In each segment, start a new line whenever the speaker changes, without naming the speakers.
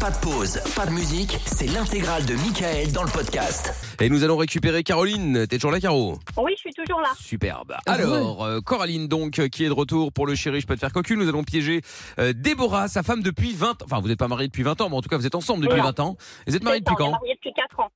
Pas de pause, pas de musique, c'est l'intégrale de Michael dans le podcast.
Et nous allons récupérer Caroline. T'es toujours là, Caro
Oui, je suis toujours là.
Superbe. Alors, euh, Coraline, donc, euh, qui est de retour pour le chéri, je peux te faire cocu. Nous allons piéger euh, Déborah, sa femme depuis 20 Enfin, vous n'êtes pas mariés depuis 20 ans, mais en tout cas, vous êtes ensemble depuis
Non.
20 ans. Et vous êtes mariés
C'est ça,
depuis
on
quand
est mariés depuis 4 ans.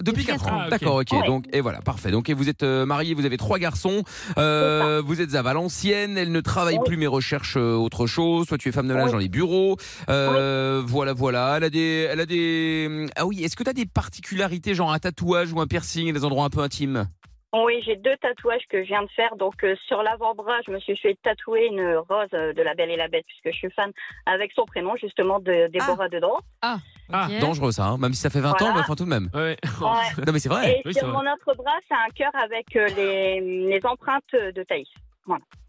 Depuis
depuis
4
quatre
ans.
ans. Ah,
D'accord, ok.
Ouais.
Donc, et voilà, parfait. Donc, et vous êtes euh, mariés, vous avez trois garçons. Euh, vous êtes à Valenciennes. Elle ne travaille
Oui.
plus, mais recherche euh, autre chose. Toi, tu es femme de linge
Oui.
dans les bureaux. Euh, Voilà, voilà. Elle a des, elle a des. Ah oui. Est-ce que tu as des particularités, genre un tatouage ou un piercing, des endroits un peu intimes
Oui, j'ai deux tatouages que je viens de faire. Donc, euh, sur l'avant-bras, je me suis fait tatouer une rose euh, de la Belle et la Bête, puisque je suis fan, avec son prénom, justement, de Déborah dedans.
Ah,
Ok.
Dangereux ça, hein. même si ça fait 20 ans,
Voilà.
mais enfin tout de même.
Ouais. Oh,
Ouais.
Non mais c'est vrai.
et
oui, c'est
sur mon autre bras, c'est un cœur avec euh, les, les empreintes de Thaïs.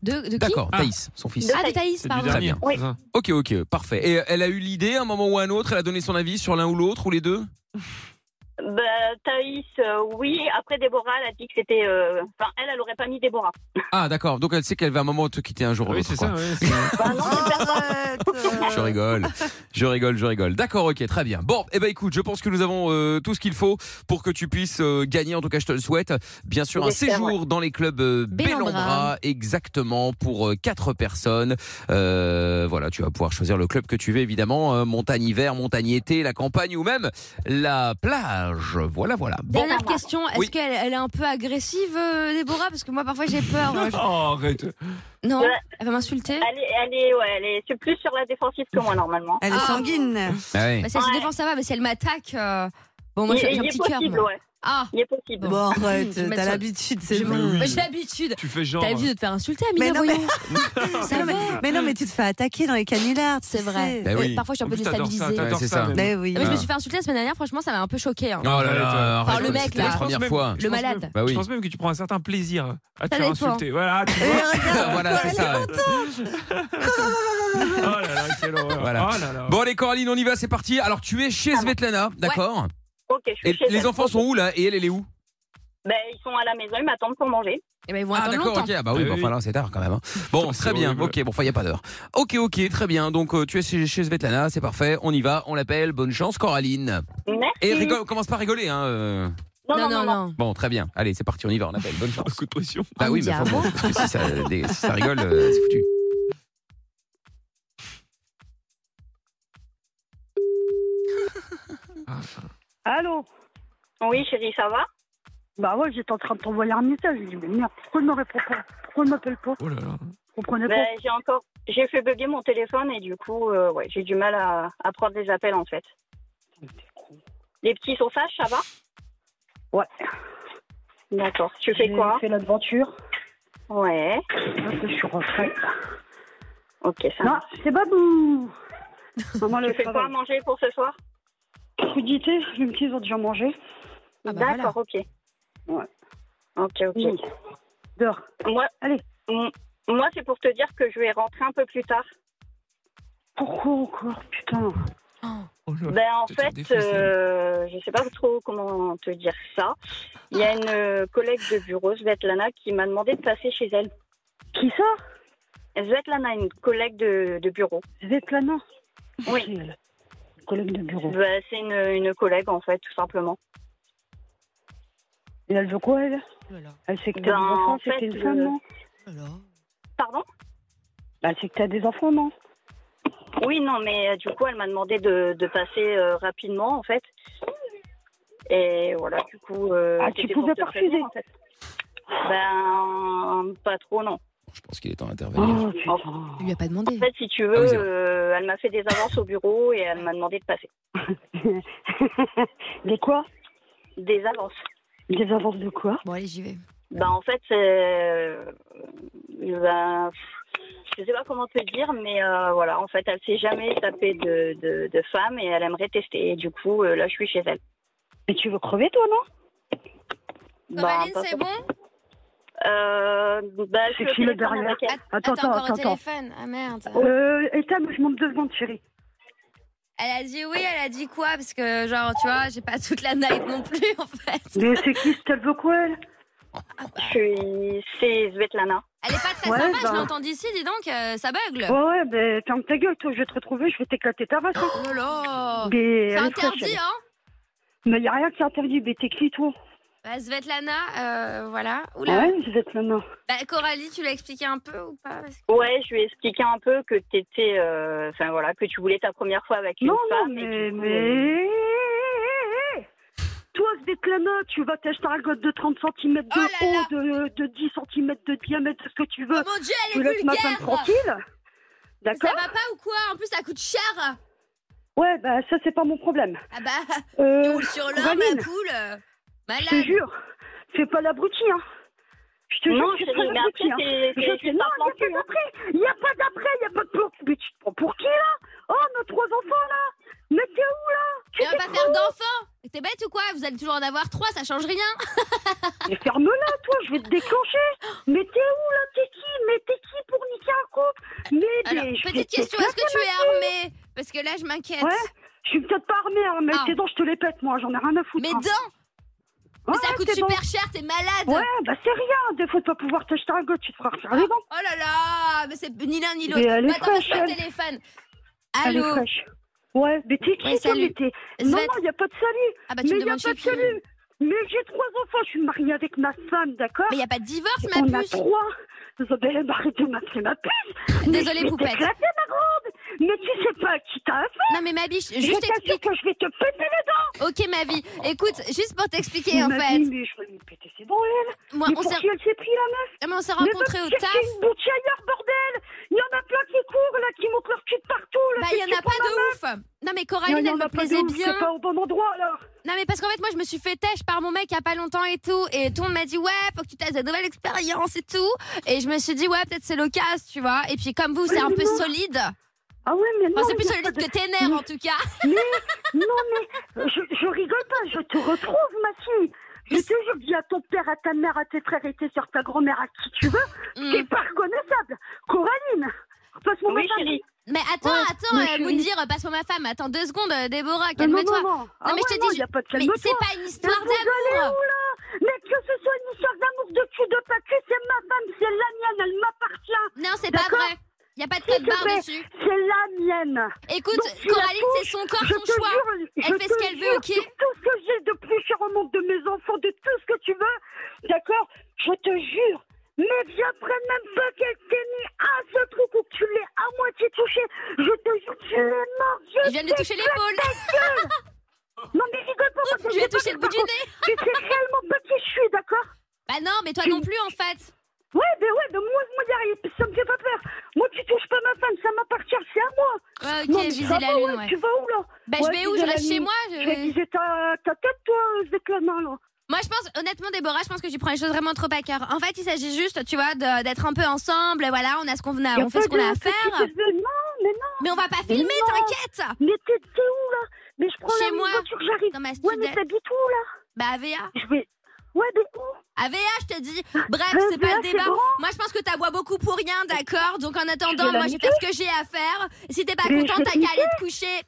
De, de qui
D'accord,
Ah.
Thaïs, son fils.
De-
Ah, de Thaïs,
C'est du
pardon.
Très
dernier.
bien.
Oui.
c'est ça.
Ok, ok, parfait. Et euh, elle a eu l'idée à un moment ou à un autre, elle a donné son avis sur l'un ou l'autre ou les deux
Bah, Thaïs, euh, oui. Après, Déborah, elle a dit que c'était. euh, Enfin, elle, elle n'aurait pas mis Déborah.
Ah d'accord, donc elle sait qu'elle va à un moment te quitter un jour ou
Oui,
l'autre.
c'est
quoi.
ça. ouais, c'est-
Bah, non, c'est pas ça.
Je rigole, je rigole, je rigole. D'accord, ok, très bien. Bon, eh ben écoute, je pense que nous avons euh, tout ce qu'il faut pour que tu puisses euh, gagner. En tout cas, je te le souhaite. Bien sûr, un
J'espère,
séjour dans les clubs euh,
Bellambra.
Bellambra, exactement pour euh, quatre personnes. Euh, voilà, tu vas pouvoir choisir le club que tu veux, évidemment. euh, montagne hiver, montagne été, la campagne ou même la plage. Voilà, voilà. Bon,
Dernière question, est-ce
Oui.
qu'elle elle est un peu agressive, euh, Déborah Parce que moi, parfois, j'ai peur.
Oh,
Euh, je-
arrête.
Non,
Ouais.
elle va m'insulter.
Elle est, elle est, ouais, elle est c'est plus sur la défensive que moi, normalement.
Elle est
Ah.
sanguine.
ah ouais.
Bah, si elle se
Ouais.
défend, ça va, mais si elle m'attaque. euh, Bon, moi,
il,
j'ai j'ai un
il
petit
est
cœur.
possible,
moi.
ouais.
Ah
Il est possible.
Bon, arrête,
Je vais mettre
t'as
sur-
l'habitude, c'est
J'ai
bon.
oui.
bah, j'ai l'habitude.
Tu fais genre.
T'as l'habitude de te faire insulter,
Mais
Amélie,
non, mais-
voyons. Ça
non,
va.
Mais non, mais tu te fais attaquer dans les canulars, tu
C'est vrai.
sais.
Bah
Ouais,
oui.
Parfois, je suis un peu
En plus, t'adores ça,
déstabilisée.
t'adores
Ouais, c'est ça.
même.
Mais oui.
Ah, mais je me suis fait insulter la semaine dernière, franchement, ça m'a un peu hein. choqué.
Oh là là,
Par
arrête,
le mec,
c'était
là.
la première fois.
Le malade.
Bah
Je
oui.
pense même que tu prends un certain plaisir à te
Ça
faire
dépend.
insulter. Voilà, tu
Et
vois.
Ah,
regarde,
Voilà, c'est ça.
Oh là là, quelle horreur.
Voilà.
Oh là là.
Bon allez Coraline, on y va, c'est parti. Alors tu es
Ah
chez Svetlana, d'accord
Ok, je suis
Et
chez
les
elle.
enfants sont où là Et elle, elle est où
Ben, ils sont à la maison, ils m'attendent pour manger.
Et ben, ils vont
Ah
attendre
d'accord,
longtemps.
ok. Ah bah oui,
Ah
bah,
oui.
enfin là c'est tard quand même. hein. Bon,
C'est
très bien.
horrible.
Ok, bon, enfin il n'y a pas d'heure. Ok, ok, très bien. Donc euh, tu es chez, chez Svetlana, c'est parfait. On y va, on l'appelle. Bonne chance Coraline.
Merci.
Et rigole, commence pas à rigoler. Hein. euh.
Non, non, non, non.
Bon, très bien. Allez, c'est parti, on y va, on appelle. Bonne chance.
Coup de pression.
Bah oui, mais enfin, bon, parce que si ça, des- si ça rigole, euh, c'est foutu.
Allô
Oui, chérie, ça va
Bah ouais, j'étais en train de t'envoyer un message. J'ai dit, mais merde, pourquoi il me répond pas Pourquoi il m'appelle pas Vous
Oh là là.
comprenez pas
Ben, J'ai encore. J'ai fait bugger mon téléphone et du coup, euh, ouais, j'ai du mal à, à prendre les appels en fait. Les petits sont sages, ça va
Ouais.
D'accord. Tu fais
J'ai
quoi
fait l'aventure.
Ouais.
Je suis rentrée.
Ok, ça
Non,
marche.
c'est Babou Maman,
Tu
le
fais quoi à
travail.
manger pour ce soir
Crudité, les petits ils ont déjà mangé.
Ah bah voilà.
D'accord, ok.
Ouais.
Ok, ok.
Oui. Dehors.
Moi,
Allez.
m- moi c'est pour te dire que je vais rentrer un peu plus tard.
Pourquoi encore Putain.
Oh là là.
Ben, en
Tu te
fait,
défonces,
euh, je sais pas trop comment te dire ça. Il y a une euh, collègue de bureau, Svetlana, qui m'a demandé de passer chez elle.
Qui ça
Svetlana, une collègue de, de bureau.
Svetlana
Oui.
C'est elle. Collègue de bureau.
Ben, c'est une, une collègue, en fait, tout simplement.
Et elle veut quoi, elle Elle sait que t'as
Ben,
des
en
enfants,
fait,
c'est une femme,
euh,
non Bah,
Pardon
Elle sait que t'as des enfants, non
Oui, non, mais euh, du coup, elle m'a demandé de, de passer euh, rapidement, en fait. Et voilà, du coup... euh,
Ah, tu
c'était pour
pouvais
te
pas
prévenir,
refuser.
en fait. Ben, pas trop, non.
Je pense qu'il est temps d'intervenir.
Oh, putain.
Il lui a pas
En
demandé.
fait, si tu
Ah oui,
veux,
c'est vrai.
euh, elle m'a fait des avances au bureau et elle m'a demandé de passer. Oh.
Des quoi
Des avances.
Des avances de quoi
Bon, allez, j'y vais.
Bah, en fait, euh, bah, pff, je sais pas comment te dire, mais euh, voilà, en fait, elle s'est jamais tapée de, de, de femme et elle aimerait tester. Et du coup, euh, là, je suis chez elle.
Mais tu veux crever, toi, non
Coraline,
Bah, pas-
Oh, c'est bon
euh, bah, je suis
C'est qui
au
le
téléphone
derrière
avec elle.
Attends,
t'as
attends,
encore
attends.
un
attends.
téléphone. Ah merde.
Euh, éteins, moi, je monte devant, chérie.
Elle a dit oui, elle a dit quoi Parce que, genre, tu vois, j'ai pas toute la night non plus, en fait.
Mais c'est qui, ce qu'elle veut quoi, elle
Je suis. C'est Svetlana.
Elle est pas très
Ouais,
sympa, je
bah.
l'entends d'ici, dis donc, euh, ça bugle.
Ouais, ouais, ben, ferme ta gueule, toi, je vais te retrouver, je vais t'éclater ta race. hein.
Oh là là
Mais,
C'est
euh, laisse-moi
interdit,
faire.
hein
Mais y a rien qui est interdit, mais t'es qui, toi
bah, Svetlana, euh, voilà. Oula.
Ah Ouais, je vais te maintenant.
Bah, Coralie, tu l'as expliqué un peu ou pas Parce que-
Ouais, je lui ai expliqué un peu que t'étais. euh, Enfin voilà, que tu voulais ta première fois avec une
Non, non,
femme. et
mais.
du coup, euh,
mais... Toi, Svetlana, tu vas t'acheter un gosse de 30 cm de
Oh là là.
haut, de, de 10 cm de diamètre, ce que tu veux.
Oh mon dieu,
Euh, Tu
elle est
laisses ma femme
vulgaire
tranquille
Ça
D'accord
va pas ou quoi En plus, ça coûte cher
Ouais, bah ça, c'est pas mon problème.
Ah bah, tu
Euh,
roules sur l'or,
Coraline.
ma poule euh,
je te
Malade
jure, fais pas l'abruti, hein. Je te
Non,
jure, je suis
chérie,
très
mais après,
abruti, hein.
c'est
Je
c'est
sais,
juste
non,
un plan
il
cul,
n'y a
hein.
pas d'après, il n'y a pas d'après, il n'y a pas de plan cul. Mais tu te prends pour qui, là Oh, nos trois enfants, là Mais t'es où, là Tu
Et on va
t'es
pas faire d'enfant T'es bête ou quoi Vous allez toujours en avoir trois, ça change rien
Mais ferme-la, toi, je vais te déclencher Mais t'es où, là T'es qui Mais t'es qui pour niquer un couple Mais
Alors,
mais je vais
petite
te
question, est-ce que tu es armée Parce que là, je m'inquiète.
Ouais, je suis peut-être pas armée, hein, mais
Ah.
tes dents, je te les pète, moi, j'en ai rien à foutre.
Mes
hein.
dents Mais ça
Ouais,
coûte
tes dents.
super cher, t'es malade
Ouais, bah c'est rien, des fois de pas pouvoir t'acheter un gosse, tu te feras refaire les dents.
Oh là là Mais c'est ni l'un ni l'autre
Mais elle est
Bah, Attends,
fraîche,
passe le
elle.
téléphone
Elle est
Allô
fraîche. Ouais, mais t'es qui
Ouais,
toi,
salut.
mais t'es- Non,
Svet-
non, il n'y a pas de salut.
Ah bah,
mais
tu me
il n'y a
demandes
pas
chez
de
qui
salut. Mais j'ai trois enfants, je suis mariée avec ma femme, d'accord
Mais y a pas de divorce, ma
On a
puce
trois. Vous allez m'arrêter de m'appeler ma puce. Mais
Désolée,
je vais
poupette.
t'éclater, ma grande. Mais tu sais pas à qui t'as affaire.
Non mais ma biche,
Je
juste
t'assure
explique.
que je vais te péter les dents.
Ok ma vie, écoute, juste pour t'expliquer en
Mais ma
fait.
vie, mais je vais lui péter ses dents, elle.
Moi,
mais
on
pour
s'est
qui elle s'est pris, la meuf
ah, mais on s'est
Mais
rencontrés
meuf,
au
c'est
taf.
une bouche ailleurs, bordel. Il y en a plein qui courent, là, qui montent leur cul de partout. Là,
Bah
C'est
y en
qui
a
pour
pas
ma meuf
de ouf. Non mais
Il
Coraline,
y en
elle
a
me
pas de
plaisait
ouf,
bien.
C'est pas au bon endroit, alors.
Non mais parce qu'en fait moi je me suis fait têche par mon mec il y a pas longtemps et tout et tout le monde m'a dit ouais faut que tu testes de nouvelles expériences et tout et je me suis dit ouais peut-être c'est l'occasion tu vois et puis comme vous c'est un peu solide enfin
Ah ouais, mais non.
Oh, c'est plus
y a pas
solide
de-
que tes nerfs en tout cas
Non, mais je, je rigole pas, je te retrouve, ma fille. Je te jure, dis à ton père, à ta mère, à tes frères et tes soeurs, ta grand-mère, à qui tu veux, t'es
Mm.
pas reconnaissable. Coraline, passe mon
Oui,
message.
chérie.
mais attends
Ouais,
attends
mais je
euh,
suis-
Moundir passe-moi ma femme attends deux secondes euh, Déborah
Ah, non,
calme-toi
non, non. Ah
Non, mais je
ouais,
te
non,
dis,
y a pas de
mais c'est
calme-toi.
pas une
Mais
histoire
vous allez
d'amour
où, là Mais que ce soit une histoire d'amour de cul, de pas cul, c'est ma femme, c'est la mienne, elle m'appartient.
non c'est pas
D'accord.
vrai y a pas de
S'il
code
te
barre
plaît.
dessus
C'est la mienne.
écoute
Donc, tu la
Coraline c'est son corps
je
son
te
choix
jure, je
Elle fait ce
te
qu'elle veut,
jure,
ok
sur tout ce que j'ai de plus cher au monde, de mes enfants, de tout ce que tu veux, d'accord Je te jure. Mais j'apprends même pas qu'elle t'ait mis un seul truc où tu l'aies à moitié touché. Je te jure, tu es mort. Je
je viens de lui toucher l'épaule
Non, mais rigole pas. parce que
je lui ai
j'ai pas
touché
fait
le bout du
par contre.
nez
Tu sais réellement pas qui je suis, d'accord
bah non mais toi non plus en fait
Ouais, mais ouais, mais moi, moi, y arrive, ça me fait pas peur. Moi, tu touches pas ma femme, ça m'appartient, c'est à moi.
ouais,
Non,
ok
mais
viser
ça
la
va,
lune
ouais,
ouais Euh.
Tu vas où, là
bah
Ouais,
je vais où je
viser la
reste chez
lune.
moi
Tu
je-
vas viser ta, ta tête, toi, Svetlana, là.
Moi, je pense, honnêtement, Déborah, je pense que tu prends les choses vraiment trop à cœur. En fait, il s'agit juste, tu vois, de- d'être un peu ensemble. Voilà, on a ce qu'on a,
Y
Ah, on fait
pas
ce qu'on a à
de- que tu
faire.
te veux- Non, mais non,
Mais on va pas filmer,
non.
t'inquiète.
mais t'es t'es où là Mais je prends
Chez
la
moi.
voiture, j'arrive.
Dans ma
Ouais, mais
studette.
t'habites où là
Bah, AVA.
Je vais. Ouais, mais où
AVA, je te dis. Bref,
Ouais,
Ah, c'est pas
AVA,
le
Ah, c'est
débat.
grand.
Moi, je pense que t'aboies beaucoup pour rien, d'accord Donc, en attendant,
vais la
moi, je vais faire ce que j'ai à faire. Et Si t'es pas
Mais je
content,
vais
t'as
te
qu'à aller te coucher.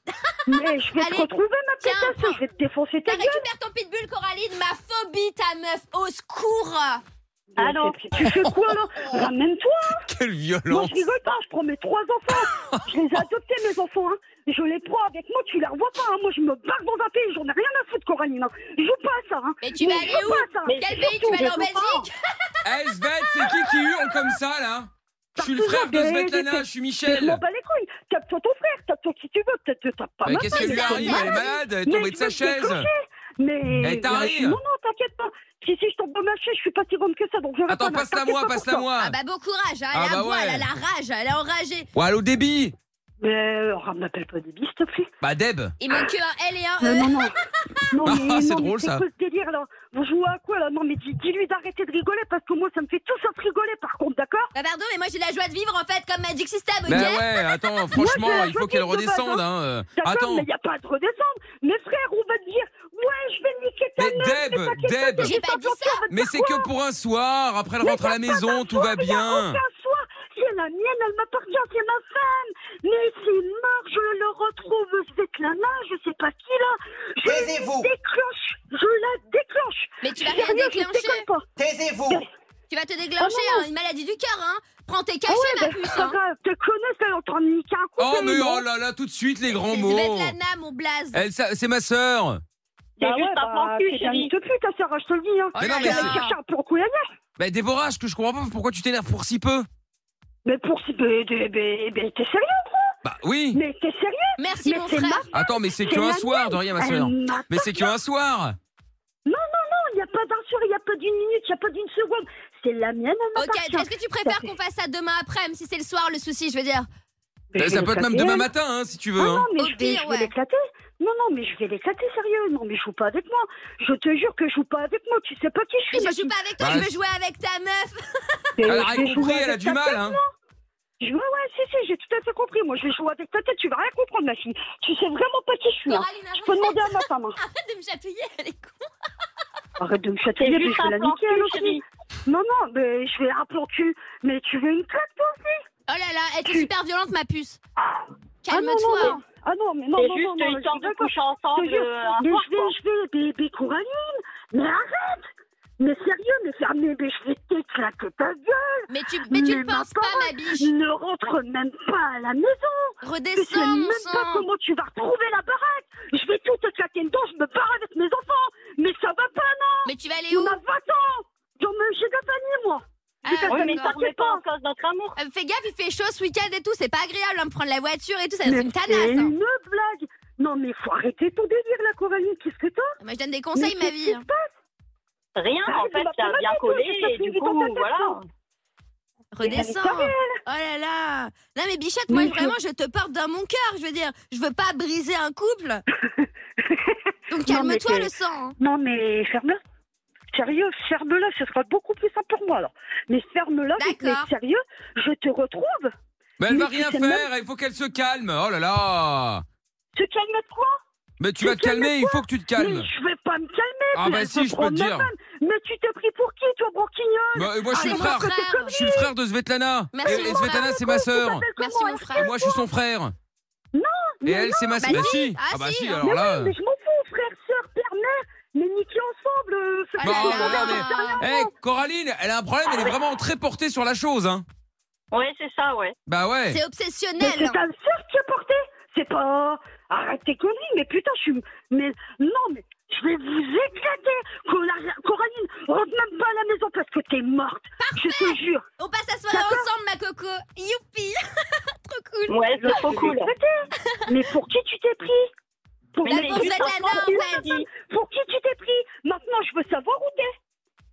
Mais je vais
Allez.
te retrouver ma
Tiens,
pétasse,
prends.
je vais te défoncer
T'as
ta gueule.
Bah, récupère ton pitbull, Coraline. Ma phobie, ta meuf. Au secours.
Mais
Allô
t'es- Tu fais quoi là Ramène-toi
Quelle
Moi
violence
je rigole pas, je prends mes trois enfants Je les ai adoptés mes enfants, hein Je les prends avec moi, tu les revois pas, hein Moi je me barre dans un pays, j'en ai rien à foutre, Coraline hein. Je joue pas à ça, hein
Mais tu vas
je
aller
joue
où
pas à ça.
Mais
Quel pays Tu vas aller en Belgique
Eh Svet, c'est qui qui hurle comme ça là Je suis le frère de
Partout,
Svetlana, je suis
Je m'en
Michel.
bats les couilles Tape-toi ton frère, tape-toi qui tu veux, peut-être tape pas
Mais
ma
qu'est-ce qui
mais
lui
ça,
arrive
mais
Elle est malade, elle est
Mais
tombée de
je
sa
me suis
chaise.
déclenchée. Mais.
Eh, t'as
mais-
rire.
Non, non, t'inquiète pas. Si, si, je tombe de ma chaise, je suis pas si grande que ça, donc je
Attends, passe-la moi, passe-la moi.
Ah, bah, bon courage. hein.
Ah,
Elle
bah
aboie,
ouais.
elle a la rage, elle est enragée.
Ouais, allô débit
Mais, euh, oh, m'appelle pas des s'il te plaît.
Bah Deb
Il manque que un L et un
Euh,
E.
non, non. Non,
Ah,
mais,
c'est
non, mais
drôle, ça.
C'est quoi ce délire, là Vous jouez à quoi, là Non, mais dis- dis-lui d'arrêter de rigoler, parce que moi, ça me fait tout ça de rigoler, par contre, d'accord
Bah pardon, mais moi j'ai la joie de vivre en fait comme Magic System, ok
Bah ouais, attends, franchement,
j'ai la
il faut
joie
qu'elle
de base,
redescende. Hein. euh.
D'accord,
Attends,
mais il n'y a pas de redescendre. Mes frères, on va te dire Ouais, je vais niquer ta
mais
mère,
Deb,
mais t'inquiète
Deb,
t'es
J'ai pas dit
gentil,
ça.
on va te
mais
faire
c'est que pour un soir, après elle rentre à la maison, tout va
quoi, y a
bien.
aucun soir. Si elle la mienne, elle m'appartient, c'est ma femme. Mais c'est mort, je le retrouve. Cette là, je sais pas qui là. Je
Taisez-vous.
la déclenche, je la déclenche.
Mais tu vas rien
Sérieux, je
déclencher.
déconne pas.
Taisez-vous
Tu vas te déclencher
Oh, non,
hein, une maladie du cœur, hein. Prends tes cachets,
Ah
ma
ouais, bah,
puce.
c'est pas
Hein.
grave, te connais, t'es en train de niquer un couple.
Oh, mais
non.
oh là là, tout de suite, les grands
C'est
mots.
Svetlana, mon blaze.
Eh.
Elle, ça- c'est ma sœur.
C'est
Bah
juste
ouais,
un plan
bah,
cul,
c'est
chérie.
un de pute, ta sœur, je te le dis. Hein.
Oh
Mais
là
non, mais
là.
Elle va chercher un peu en couille à l'air.
Bah, Déborah, je, je comprends pas pourquoi tu t'énerves pour si peu.
Mais pour... Mais, mais, mais, mais t'es sérieux
Bah oui.
Mais t'es sérieux
Merci,
Mais
mon
c'est
frère.
Attends, mais c'est
C'est
qu'un
la
soir, de rien, ma sœur.
Elle m'a-
Mais c'est qu'un soir.
Il n'y a pas d'un soir, il n'y a pas d'une minute, il n'y a pas d'une seconde. C'est la mienne, elle hein.
Ok,
m'appartient.
est-ce que tu préfères
fait.
qu'on fasse ça demain après, si c'est le soir le souci, je veux dire
Mais je
Ben, Ça
vais
peut être même
l'éclater,
demain
elle.
matin, hein, si tu veux.
Ah
hein.
non, mais
Au
je vais,
pire,
je vais
ouais.
l'éclater. Non, non, mais je vais l'éclater, sérieux. Non, mais joue pas avec moi. Je te jure que je joue pas avec moi. Tu sais pas qui je
Mais
suis.
je
la
joue
fille.
pas avec toi,
Bah,
je veux jouer avec ta meuf.
Mais
Elle a
je vais
rien
jouer
compris, elle a
avec
du
ta
mal.
tête,
Hein.
moi. Je- Ouais, ouais, si, si, j'ai tout à fait compris. Moi, je vais jouer avec ta tête. Tu vas rien comprendre, ma fille. Tu sais vraiment pas qui je suis. Hein.
Coraline,
Tu peux demander à ma femme. hein.
arrête de me chatouiller, elle est con.
Arrête de me
C'est
chatouiller, mais
juste
je vais
un
la
plan
niquer, elle
cul,
aussi.
chérie.
Non, non, mais je vais un plan cul. Mais tu veux une claque, toi
Oh là là, elle est super violente, ma puce.
Ah non, non,
Calme-toi.
mais- Ah non, mais non,
C'est
non,
juste
non, non,
une
je suis
sorte de
d'accord.
coucher
Je te
ensemble
jure,
euh, un
mais
soir,
je vais, je vais, mais, mais Coraline, mais arrête Mais sérieux, mais fermez, mais je vais t'éclater ta gueule
Mais tu, mais tu ne
Mais ma
penses pas, ma biche.
Ne rentre même pas à la maison Je sais
Redescends,
même
mon
pas
sang.
comment tu vas retrouver la baraque Je vais tout éclater dedans, je me barre avec mes enfants Mais ça va pas, non
Mais tu vas aller où
On a 20 ans J'en me- J'ai de la famille, moi
Ah,
Putain,
ouais,
ça
Oui, mais ça
d'accord.
m'étonne
remet pas en cause notre amour.
Euh, Fais gaffe, il fait chaud ce week-end et tout, c'est pas agréable hein, de prendre la voiture et tout, ça
Mais
c'est une tanasse.
C'est
hein.
une blague Non, mais faut arrêter ton délire, la Coraline, qu'est-ce que t'as
Moi je donne des conseils, ma
Mais qu'est-ce
vie.
qui
hein.
Rien,
Ah,
en
tu
fait,
m'as
ça
pas
a bien
dit,
collé
toi,
et
tu
du
t'es dans ta
coup,
tête,
voilà.
toi.
Redescends. Oh là là. Non mais Bichette, moi
Mais je-
vraiment je te porte dans mon cœur, je veux dire, je veux pas briser un couple. Donc
Non, mais
calme-toi
t'es-
le sang. hein.
Non, mais ferme-la. Sérieux, ferme-la, ce sera beaucoup plus simple pour moi alors. Mais ferme-la, mais- mais
D'accord.
sérieux, je te retrouve.
Mais elle va
Mais tu
rien
sais
faire. Il faut qu'elle se calme. Oh là là.
Tu te calmes de quoi
Mais tu
Mais
vas te calmer. Il faut que tu te
Mais
calmes.
je vais pas me calmer.
Ah
mais
bah si,
vais
je peux te
prendre ma
dire.
femme. Mais tu t'es pris pour qui, toi, broquignol
Bah, euh, moi, je suis
Ah,
le
mon
frère.
frère.
Je suis le frère de Svetlana.
Merci,
et, et
mon frère.
Svetlana, c'est ma sœur.
Merci mon
Et
frère.
moi, je suis son frère.
Non,
Et elle, c'est ma
Bah
sœur.
si. Ah,
Ah bah
si.
si.
Mais
Alors
mais
là.
oui, mais je m'en fous, frère, sœur, père, mère. Mais niquez ensemble. euh, faites
Ah
Bah,
là
pas
là.
de merde, sérieux.
Eh, Coraline, elle a un problème, elle est vraiment très portée sur la chose, hein.
Ouais, c'est ça, ouais.
Bah ouais.
C'est
Mais
obsessionnel.
c'est ta sœur qui a porté. C'est pas. Arrête tes conneries, mais putain, je suis. Mais non, mais je vais vous éclater. Cora- Coraline, rentre même pas à la maison parce que t'es morte. Je te jure.
On passe la soirée
D'accord.
ensemble ma coco. Youpi. Trop cool.
Ouais, c'est trop cool.
Éclater. Mais pour qui tu t'es pris pour,
Mais
juste un
pour Svetlana,
plan cul,
en fait.
chérie.
pour qui tu t'es pris Maintenant, je veux savoir où t'es.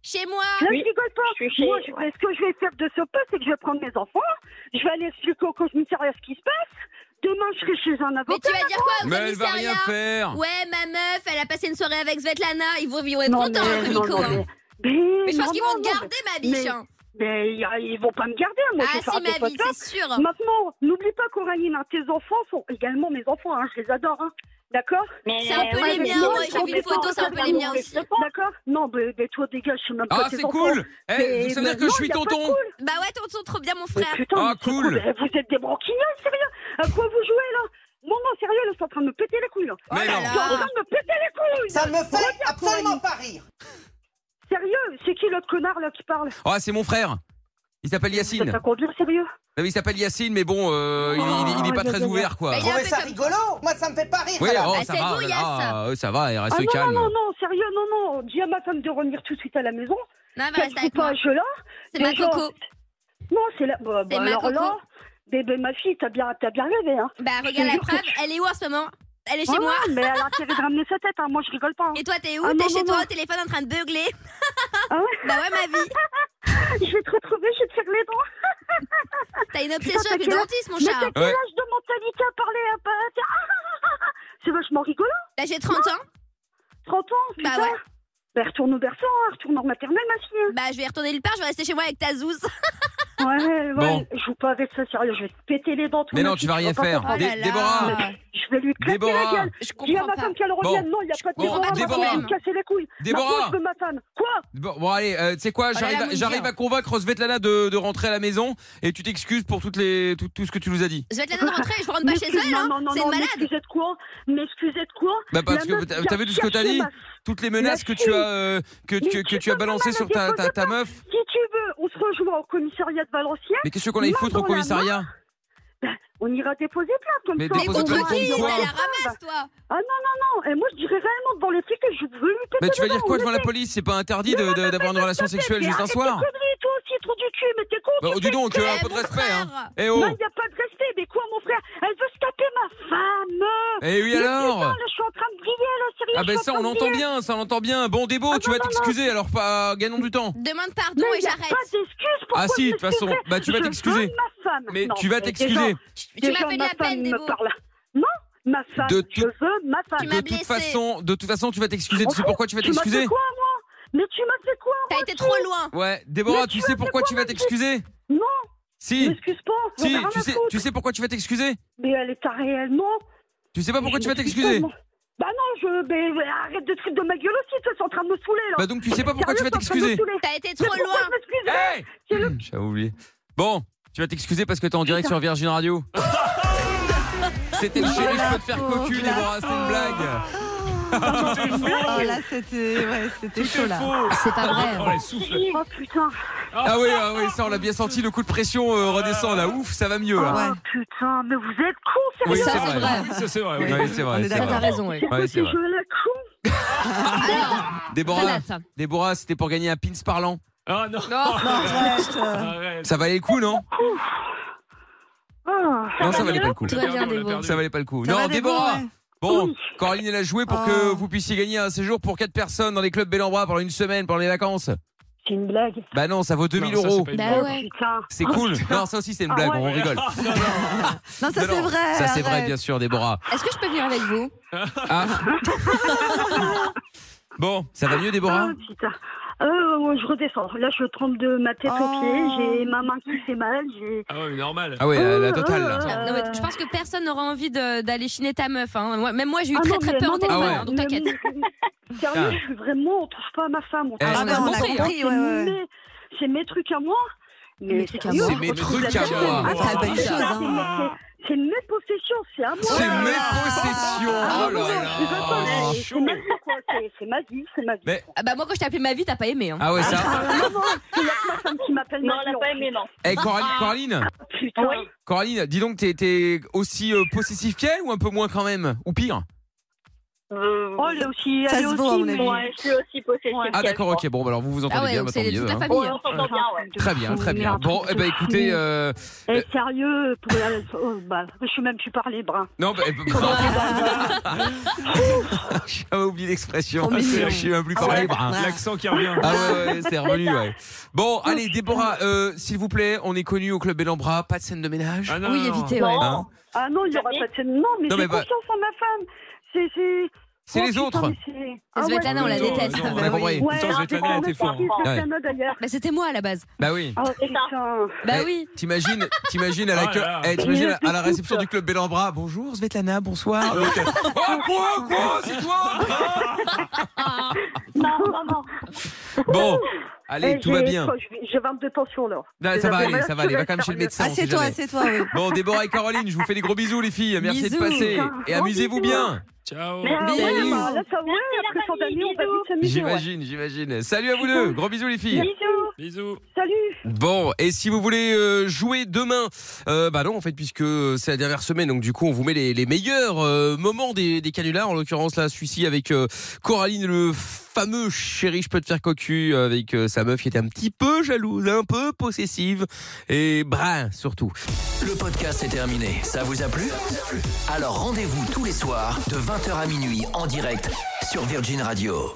Chez moi.
Là,
Oui,
je rigole pas.
je suis chez-
Moi, je- ce que je vais faire de ce pas, c'est que je vais prendre mes enfants. Je vais aller expliquer au commissariat ce qui se passe. Demain, je serai chez un
Mais
avocat.
tu vas dire quoi au
Mais elle va rien
commissariat
faire.
Ouais, ma meuf, elle a passé une soirée avec Svetlana. Ils vont vivre être
Non,
contents,
mais-
hein,
non,
Nico.
non,
hein.
mais-
Mais je pense
non,
qu'ils
non,
vont te
non,
garder, ma biche.
mais-
hein.
Mais y a- ils vont pas hein. me garder, hein. moi, je
Ah
vais faire
si,
un peu
ma vie,
podcast.
c'est sûr.
Maintenant, n'oublie pas, Coraline, hein, tes enfants sont également mes enfants, hein, je les adore, hein. d'accord
Mais
C'est un peu
ouais,
les
mais
miens,
non,
ouais,
ils
j'ai
sont
vu une
complètement
photo, c'est un peu les miens aussi.
D'accord Non, mais, mais toi, dégage, je suis même pas
Ah,
tes
c'est
enfants.
cool. Eh,
Mais-
ça veut dire
mais
que je
non,
suis
y a pas de
tonton.
cool.
Bah ouais, tonton, trop bien, mon
Mais
frère.
putain,
Ah,
mais c'est
cool.
Eh, Vous êtes des branquignoles, sérieux À quoi vous jouez, là Non, non, sérieux, là, c'est en train de me péter les couilles, là.
Mais non.
là là.
C'est en train de me péter les couilles
Ça me fait
Coraline.
absolument pas rire
Sérieux, c'est qui l'autre connard, là, qui parle
Ah, c'est mon frère. Il s'appelle
Ça
Yacine.
t'a conduire, sérieux
Non, mais il s'appelle Yacine, mais bon, euh, il, il- il est pas
Oh,
très
yeah,
ouvert, quoi.
yeah,
Vous
yeah.
trouvez
peu
ça
comme-
rigolo Moi, ça me fait pas rire,
Oui,
ça, là.
oh,
Ah,
ça
c'est
va,
beau,
oh là
Yass.
là, euh, ça va, elle
Ah
reste
non,
calme.
non, non, non, sérieux, non, non. Dis à ma femme de revenir tout de suite à la maison.
Non, mais
Cache
reste avec moi.
pas, je là.
C'est ma
Déjà,
coco.
Non, c'est là. Bah, bah,
ma
alors
coco.
là, bébé, ma fille, t'as bien, t'as bien rêvé, hein.
Bah regarde la
jure que
preuve, elle est où en ce moment Elle est chez
Ouais,
moi.
ouais, Oh Mais elle a intérêt de ramener sa tête, hein. Moi, je rigole pas. hein.
Et toi, t'es où
Ah,
T'es
non,
chez
non,
toi
non.
au téléphone en train de beugler
Ah ouais
Bah ouais, ma vie.
Je vais te retrouver, je vais te faire les dents.
T'as une
Putain,
obsession
t'as
avec le
quel-
dentiste, mon
Mais
chat.
t'as quel âge de mentalité à parler à pas- à faire- ah, ah, ah, ah. C'est vachement rigolo.
Là, j'ai 30 ans.
30 ans, Ben,
Bah
putain.
ouais.
Bah, retourne au berceau, hein, retourne en maternelle, ma fille. hein.
Bah, je vais y retourner le part, je vais rester chez moi avec ta zouze.
Ouais, ouais,
Bon.
joue pas avec ce sérieux, je vais te péter les dents. tout
Mais
le
non,
monde,
tu vas
si
rien
vas pas
faire.
comprendre.
Dé-
Oh là là.
Déborah,
Je vais lui claquer
Déborah.
la gueule.
Je
Dis à
comprends
ma
pas.
femme qu'elle revienne.
Bon.
Non, il n'y a pas de
Bon,
Déborah. ma femme,
Déborah.
elle me casser les couilles.
Déborah.
Maintenant, je veux ma femme. Quoi
Bon, bon, allez, euh, tu sais quoi,
là,
j'arrive, à,
Mounir.
j'arrive à convaincre Svetlana de, de rentrer à la maison et tu t'excuses pour toutes les, tout, tout ce que tu nous as dit.
Je vais te la donner de rentrer, je rentre pas chez
M'excuse-
elle, hein.
Non, non, non,
c'est
non,
une malade.
m'excusez de quoi M'excusez de quoi
Bah parce
La
que
meuf
t'as-
vient
t'as vu tout ce que t'as
chercher
dit
ma-
Toutes les menaces que tu as euh, que,
Mais
tu,
tu
que tu as
peux pas
balancées
me
sur ta, ta,
déposer
ta meuf.
Si tu veux, on se rejoint au commissariat de Valenciennes.
Mais qu'est-ce qu'on aille
Main
foutre au
dans la
commissariat
On ira déposer plainte comme
Mais
ça.
Mais
dépose-
contre
Déposer
qui
plainte,
T'as
quoi
la ramasse, toi
Ah non, non, non. Et moi, je dirais réellement devant les flics que je veux lui péter
Mais Bah, tu vas
dedans,
dire
on
quoi
le
devant la
sait.
police C'est pas interdit de- de- d'avoir une relation sexuelle
Mais
juste un
arrête
soir
tes conneries, toi aussi, trou du cul, mais t'es con.
Bah,
tu
dis
fais
donc,
exprès.
euh, un
Eh,
peu de
mon
respect, hein.
frère.
Eh
Non,
oh
il n'y a pas de respect, mais quoi, mon frère Elle veut se taper ma femme
Eh oui
Mais
alors
putain, là, je suis en train de briller, là, sérieux.
Ah ben
je suis en
ça
train
on
de
entend
briller.
bien, ça on entend bien. Bon Débo,
Ah,
tu vas t'excuser alors pas gagnons du temps.
Demande
Mais
pardon et
y a
j'arrête.
Pas d'excuse pour
Ah si, de toute façon, bah tu vas t'excuser. Mais tu vas t'excuser.
Tu m'as fait de la peine, Débo.
Non, ma femme,
De
je
tout-
veux ma femme.
Tu m'as
De toute
blessé.
façon, de toute façon, tu vas t'excuser. Tu sais
Enfin,
pourquoi tu vas
Tu m'as fait
t'excuser
quoi, moi Mais tu m'as fait quoi
T'as été trop loin.
Ouais, Déborah,
Mais
tu
tu
sais
m'as fait
pourquoi tu vas
quoi, ma fille
t'excuser
Non, je
Si,
m'excuse pas. j'en ai
si,
rien
tu
à
sais,
foutre.
tu sais pourquoi tu vas t'excuser
Mais elle est réellement.
Tu sais pas pourquoi
Je
tu vas
m'excuse
t'excuser
pas, moi. Bah non, je. mais- mais arrête de te foutre de ma gueule aussi, toi, c'est en train de me saouler, là.
Bah donc tu sais pas pourquoi tu vas
Sérieux, t'es en train de me
t'excuser
saouler.
T'as été
Mais
trop
pourquoi
loin.
je m'excuse
Hey
C'est le-
J'avais oublié. Bon, tu vas t'excuser parce que t'es en direct sur Virgin Radio. C'était le chéri, je peux te faire cocu, Déborah, c'est une blague.
Oh là, c'était ouais, c'était chaud là.
C'est pas
Ah,
hein.
Oh, les souffles.
Oh putain,
Ah oui, ah oui, ça on l'a bien senti, le coup de pression euh, redescend là. Ouf, ça va mieux là.
Ouais.
oh putain, mais vous êtes cons,
Oui,
sérieux
c'est
Ça, c'est
vrai.
vrai.
Ça, c'est vrai. oui.
Ouais, c'est
On
vrai.
est
c'est
d'accord.
vrai.
T'as raison, oui.
Ouais,
Vous
c'est
êtes
vrai.
jeux à la con
Alors,
Déborah,
Renate.
Déborah, c'était pour gagner un pins parlant.
Ah non.
Non, arrête. euh,
Arrête.
Ça valait le coup, non
Ah.
Non, ça valait pas le coup.
Tout va bien,
perdu, on l'a
Débo.
perdu.
Ça valait pas le coup.
ça
Non,
va, Débo,
Déborah,
ouais.
Bon, Coraline, elle a joué pour que
Oh.
vous puissiez gagner un séjour pour 4 personnes dans les clubs Bel en Bras pendant une semaine, pendant les vacances.
C'est une blague.
Bah non, ça vaut 2000
Non, ça, c'est
euros.
pas une
Bah
blague.
ouais.
Putain.
C'est cool. Non, ça aussi, c'est une
Ah
blague,
ouais.
on rigole.
Non, ça
Non,
c'est
non,
vrai.
Ça, c'est vrai,
Eh, arrête.
bien sûr, Déborah.
Est-ce que je peux venir avec vous
Ah. bon, ça va mieux, Déborah
Ah, putain. Euh, je redescends. Là, je trempe de ma tête
Oh.
aux pieds. J'ai ma main qui fait mal. J'ai.
Ah ouais, mais normal.
Ah ouais, la, la totale,
Euh,
là.
Non, mais Je pense que personne n'aura envie de- d'aller chiner ta meuf. hein. Moi- Même moi, j'ai eu
Ah
très
non,
très
mais-
peur au
non, non,
téléphone,
Ah ouais.
hein, donc t'inquiète.
mais- Sérieux, je suis vraiment. On touche pas à ma femme. On touche
Ah,
on
Ah
a
pas à
ben on
ma
a
compris,
femme.
compris, ouais,
C'est
ouais.
mes- C'est mes trucs à moi.
Mes
Mais
trucs à
sérieux,
moi.
C'est mes
on touche
trucs
la
à
tête.
moi.
Ah, t'as
belle
belle chose,
Ah,
hein.
C'est c'est mes possessions, c'est à moi.
C'est
Ah
là
mes
oh,
là.
possessions.
Ah,
Oh là là.
mais c'est ma vie, quoi. C'est- C'est ma vie, c'est ma vie.
Mais-
Ah bah moi, quand je t'ai appelé ma vie, t'as pas aimé. Hein.
Ah ouais, ça.
Ah, non, c'est la femme qui m'appelle
Non, elle
maintenant.
n'a pas aimé, non.
Eh, Coraline, Coraline,
Putain.
Oui.
Coraline, dis donc, t'es- t'es aussi euh, possessif qu'elle ou un peu moins quand même Ou pire
Euh,
Oh, elle est aussi.
Ça
elle est
se
aussi,
vaut, à mon avis.
moi.
ouais, je suis aussi possessive.
Ah d'accord,
qu'elle,
ok. Bon, bah, alors vous vous entendez
Ah ouais,
bien,
donc
bah,
c'est
tant
toute
mieux.
la
hein.
famille.
quoi. Ouais, on s'entend bien, ouais.
Très bien, très bien. Bon, eh ben écoutez, euh,
Et Eh, sérieux, pour la- oh, bah, je suis même plus parler brun.
non, bah, eh ben, pardon.
Ah,
j'avais oublié l'expression.
Trop mignon.
Je suis même plus
Ah ouais.
parler brun.
Ouais.
L'accent qui revient.
Ah ouais, ouais, c'est revenu. Ouais. Bon, allez, Déborah, euh, s'il vous plaît, on est connu au club Bellambra, pas de scène de ménage.
Ah non,
Oui,
non, non.
évitez, ouais.
Non,
Hein
Ah non, il y aura
Jamais.
pas de. Non, mais
Non, mais
j'ai
bah-
confiance en ma femme. C'est. c'est-
C'est
Oh,
les
putain,
autres.
mais c'est- Ah
Svetlana, on la
ouais,
Non,
déteste.
non,
On a compris.
Ouais,
Putain,
alors,
Svetlana, elle était
c'est pas
forte.
moi qui ai
Ouais.
Svetlana, d'ailleurs.
Bah c'était moi à la base.
Bah oui.
Oh
Ah, C'est ça.
putain.
Bah
Eh,
oui.
T'imagines, t'imagines à la,
Ah là là.
eh, t'imagines à la
Écoute.
réception du club Bellambra. Bonjour, Svetlana, bonsoir.
Oh, quoi, quoi, c'est toi
Non, non, non.
Bon, allez,
Eh,
tout va
j'ai-
bien.
oh, je vais- J'ai 22 tensions là.
Non, ça va aller, ça va aller. Va quand même chez le médecin.
Ah,
on
c'est
sait
toi,
jamais.
c'est toi, oui.
Bon, Déborah et Caroline, je vous fais des gros bisous, les filles. Merci de
Bisous.
passer. Et
Gros
amusez-vous
bisous.
bien.
Ciao.
Mais ah, ouais,
Bisous.
bah, là, ça, ouais,
Merci, la
après son
famille,
année, on va
bisous.
vite s'amuser. ouais.
J'imagine, j'imagine. Salut à vous deux. Gros bisous, les filles.
Bisous.
Bisous.
Salut.
Bon, et si vous voulez euh, jouer demain, euh, bah non, en fait, puisque c'est la dernière semaine, donc du coup, on vous met les, les meilleurs euh, moments des, des canulars. En l'occurrence, là, celui-ci avec euh, Coraline, le fameux chéri, je peux te faire cocu, euh, avec euh, sa meuf qui était un petit peu jalouse, un peu possessive et brun surtout.
Le podcast est terminé. Ça vous a plu Alors rendez-vous tous les soirs de 20h à minuit en direct sur Virgin Radio.